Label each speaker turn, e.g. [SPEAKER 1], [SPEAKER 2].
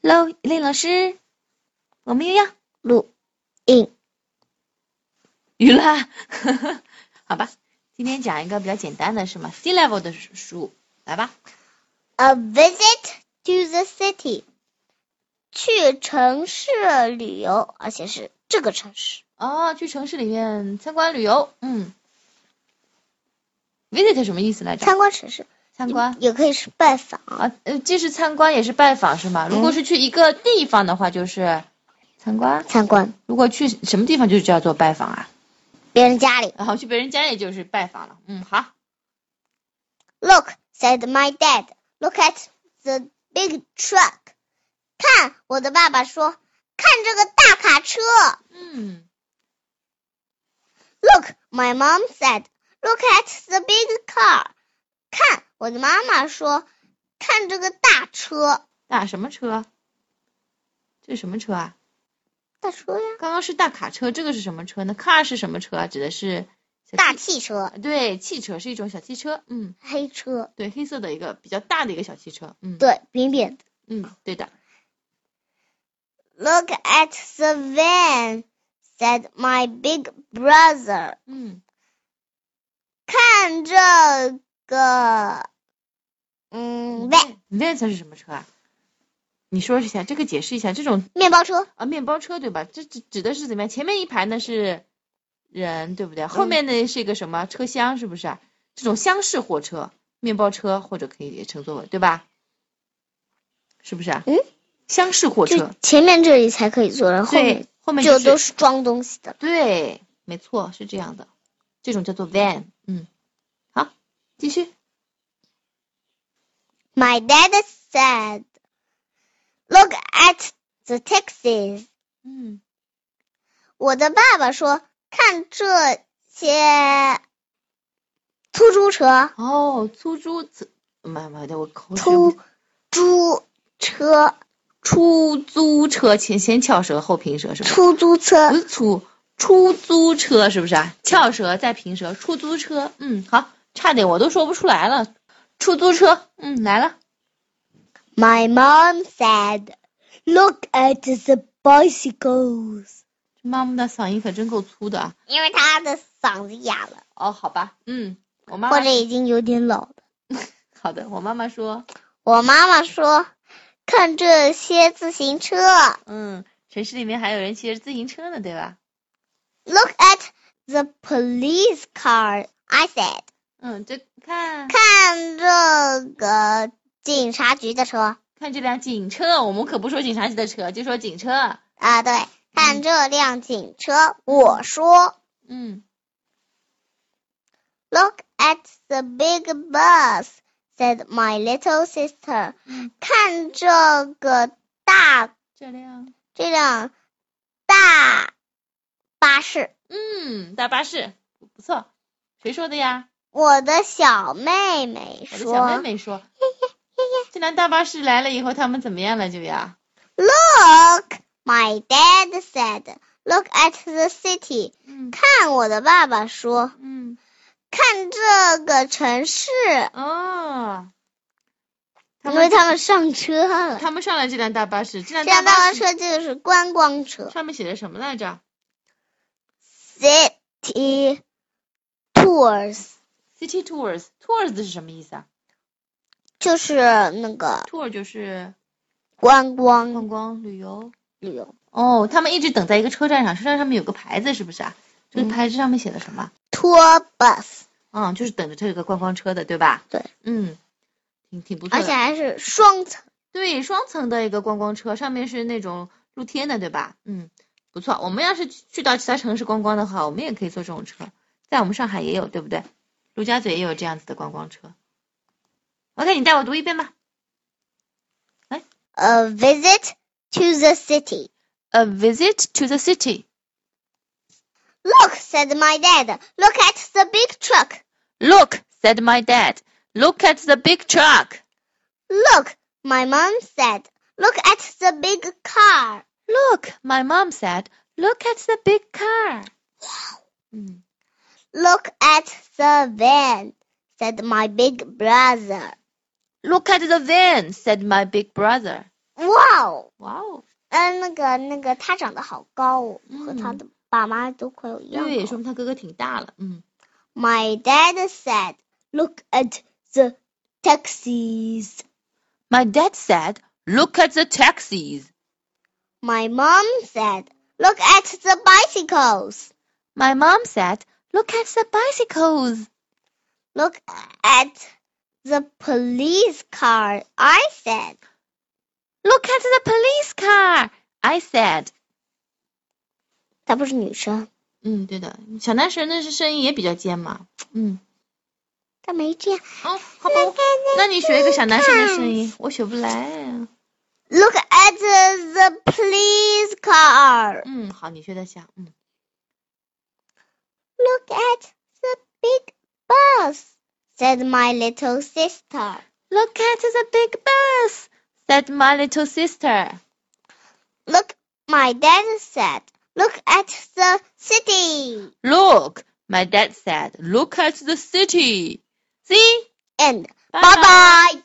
[SPEAKER 1] 录音啊老师，我们又要
[SPEAKER 2] 录音
[SPEAKER 1] 语啦， 好吧，今天讲一个比较简单的是吗？C level 的书，来吧。
[SPEAKER 2] A visit to the city，去城市旅游，而且是这个城市。
[SPEAKER 1] 哦，去城市里面参观旅游，嗯，visit 什么意思来着？
[SPEAKER 2] 参观城市，
[SPEAKER 1] 参观
[SPEAKER 2] 也可以是拜访。
[SPEAKER 1] 啊，呃，既是参观也是拜访是吗？如果是去一个地方的话，就是参观；
[SPEAKER 2] 参观
[SPEAKER 1] 如果去什么地方，就叫做拜访啊。
[SPEAKER 2] 别人家里。
[SPEAKER 1] 然后去别人家里就是拜访了。嗯，好，
[SPEAKER 2] Look said my dad. Look at the big truck. 看，我的爸爸说，看这个大卡车。
[SPEAKER 1] 嗯
[SPEAKER 2] Look, my mom said. Look at the big car. 看，我的妈妈说，看这个大车。
[SPEAKER 1] 大什么车？这是什么车啊？
[SPEAKER 2] 大车呀，
[SPEAKER 1] 刚刚是大卡车，这个是什么车呢？car 是什么车啊？指的是小
[SPEAKER 2] 大
[SPEAKER 1] 汽
[SPEAKER 2] 汽车，
[SPEAKER 1] 对汽车是一种小汽车，嗯，
[SPEAKER 2] 黑车，
[SPEAKER 1] 对，黑色的一个比较大的一个小汽车，嗯，
[SPEAKER 2] 对，扁扁的。
[SPEAKER 1] 嗯，对的。
[SPEAKER 2] Look at the van, said my big brother.
[SPEAKER 1] 嗯，
[SPEAKER 2] 看这个，嗯，面
[SPEAKER 1] 你那才是什么车啊？你说一下，这个解释一下，这种
[SPEAKER 2] 面包车，
[SPEAKER 1] 啊面包车对吧？这指指的是怎么样？前面一排呢是人对不
[SPEAKER 2] 嗯
[SPEAKER 1] 对？后面呢是一个什么车厢是不是啊？这种厢式货车、面包车或者可以也称作为对吧？是不是啊？
[SPEAKER 2] 嗯，
[SPEAKER 1] 厢式货
[SPEAKER 2] 就
[SPEAKER 1] 车，
[SPEAKER 2] 前面这里才可以坐，然后后面
[SPEAKER 1] 对，后面
[SPEAKER 2] 就是都是装东西的。
[SPEAKER 1] 对，没错，是这样的。这种叫做 van，嗯，好，继续。
[SPEAKER 2] My dad said, "Look at the taxis."
[SPEAKER 1] 嗯，
[SPEAKER 2] 我的爸爸说，看这些出租车，
[SPEAKER 1] 哦，出租车，妈妈的，我口水
[SPEAKER 2] 出租车，
[SPEAKER 1] 出租车，前先翘舌后平舌是吧？
[SPEAKER 2] 出租车
[SPEAKER 1] 不。是出出租车是不是啊？翘舌再平舌，出租车。嗯，好，差点我都说不出来了。出租车，嗯，来了。
[SPEAKER 2] My mom said, "Look at the bicycles."
[SPEAKER 1] 妈妈的嗓音可真够粗的啊！
[SPEAKER 2] 因为他的嗓子哑了，
[SPEAKER 1] 哦，好吧，嗯，我妈
[SPEAKER 2] 或
[SPEAKER 1] 妈
[SPEAKER 2] 者已经有点老了。
[SPEAKER 1] 好的，我妈妈说。
[SPEAKER 2] 我妈妈说，看这些自行车
[SPEAKER 1] 嗯，城市里面还有人骑着自行车呢，对吧？
[SPEAKER 2] ，Look at the police car. I said，
[SPEAKER 1] 嗯，这看
[SPEAKER 2] 看这个警察局的车
[SPEAKER 1] 看这辆警车，我们可不说警察局的车，就说警车。
[SPEAKER 2] 啊，对，看这辆警车。我说
[SPEAKER 1] 嗯
[SPEAKER 2] ，Look at the big bus. Said my little sister，
[SPEAKER 1] 嗯，
[SPEAKER 2] 看这个大
[SPEAKER 1] 这辆
[SPEAKER 2] 这辆大巴士。
[SPEAKER 1] 嗯大巴士不不错，谁说的呀？
[SPEAKER 2] 我的小妹妹
[SPEAKER 1] 我的小妹
[SPEAKER 2] 说
[SPEAKER 1] 妹说。这辆大巴士来了以后，他们怎么样了？就要
[SPEAKER 2] ：“Look, my dad said, look at the city。
[SPEAKER 1] 嗯”
[SPEAKER 2] 看我的爸爸说
[SPEAKER 1] 嗯：“
[SPEAKER 2] 看这个城市。”
[SPEAKER 1] 哦，他
[SPEAKER 2] 因为
[SPEAKER 1] 们
[SPEAKER 2] 他们上车了，
[SPEAKER 1] 他们上了这辆大巴士，这辆
[SPEAKER 2] 这
[SPEAKER 1] 大
[SPEAKER 2] 辆大
[SPEAKER 1] 巴
[SPEAKER 2] 巴
[SPEAKER 1] 士
[SPEAKER 2] 车就是观光车
[SPEAKER 1] 上面写着什么来着
[SPEAKER 2] ，city tours
[SPEAKER 1] ？City tours，tours 是什么意思啊
[SPEAKER 2] 就是那个
[SPEAKER 1] ？tour 就是
[SPEAKER 2] 观
[SPEAKER 1] 观
[SPEAKER 2] 光
[SPEAKER 1] 光旅游。
[SPEAKER 2] 旅游
[SPEAKER 1] 哦，他们一直等在一个车站上，车站上面有个牌子，是不是啊？这个
[SPEAKER 2] 嗯
[SPEAKER 1] 牌子上面写的什么？
[SPEAKER 2] ，tour bus，
[SPEAKER 1] 嗯，就是等着这个观光车的，对吧？
[SPEAKER 2] 对，
[SPEAKER 1] 嗯，挺挺不错
[SPEAKER 2] 而
[SPEAKER 1] 的。
[SPEAKER 2] 且还是双层。
[SPEAKER 1] 对，双层的一个观光车，上面是那种露天的，对吧？嗯，不错。我们要是去去到其他城市观光的话，我们也可以坐这种车，在我们上海也有，对不对？陆家嘴也有这样子的观光车。OK，你带我读一遍吧。
[SPEAKER 2] A visit to the city.
[SPEAKER 1] A visit to the city.
[SPEAKER 2] Look, said my dad. Look at the big truck.
[SPEAKER 1] Look, said my dad. Look at the big truck.
[SPEAKER 2] Look, my mom said. Look at the big car.
[SPEAKER 1] Look, my mom said, look at the big car. 嗯
[SPEAKER 2] Look at the van, said my big brother.
[SPEAKER 1] Look at the van, said my big brother.
[SPEAKER 2] 哇哦！
[SPEAKER 1] 哇哦，
[SPEAKER 2] 嗯，那个那个，他长得好高哦，和他
[SPEAKER 1] 嗯
[SPEAKER 2] 的爸妈都快有一样
[SPEAKER 1] 对，
[SPEAKER 2] 高
[SPEAKER 1] 说明他哥哥挺大了，嗯，
[SPEAKER 2] My dad said, "Look at the taxis."
[SPEAKER 1] My dad said, "Look at the taxis."
[SPEAKER 2] My mom said, "Look at the bicycles."
[SPEAKER 1] My mom said, "Look at the bicycles."
[SPEAKER 2] Look at the police car. I said,
[SPEAKER 1] Look at the police car. I said.
[SPEAKER 2] 她不是女生，
[SPEAKER 1] 嗯，对的，小男神的声音也比较尖嘛。嗯，
[SPEAKER 2] 她没这样。
[SPEAKER 1] 哦，好吧，那你学一个小男生的声音，我学不来。
[SPEAKER 2] Look at the police car.
[SPEAKER 1] 嗯，好，你学得像。嗯
[SPEAKER 2] Look at the big bus," said my little sister.
[SPEAKER 1] ，Look at the big bus," said my little sister.
[SPEAKER 2] Look, my dad said, "Look at the city."
[SPEAKER 1] Look, my dad said, "Look at the city." See,
[SPEAKER 2] And
[SPEAKER 1] bye
[SPEAKER 2] bye bye.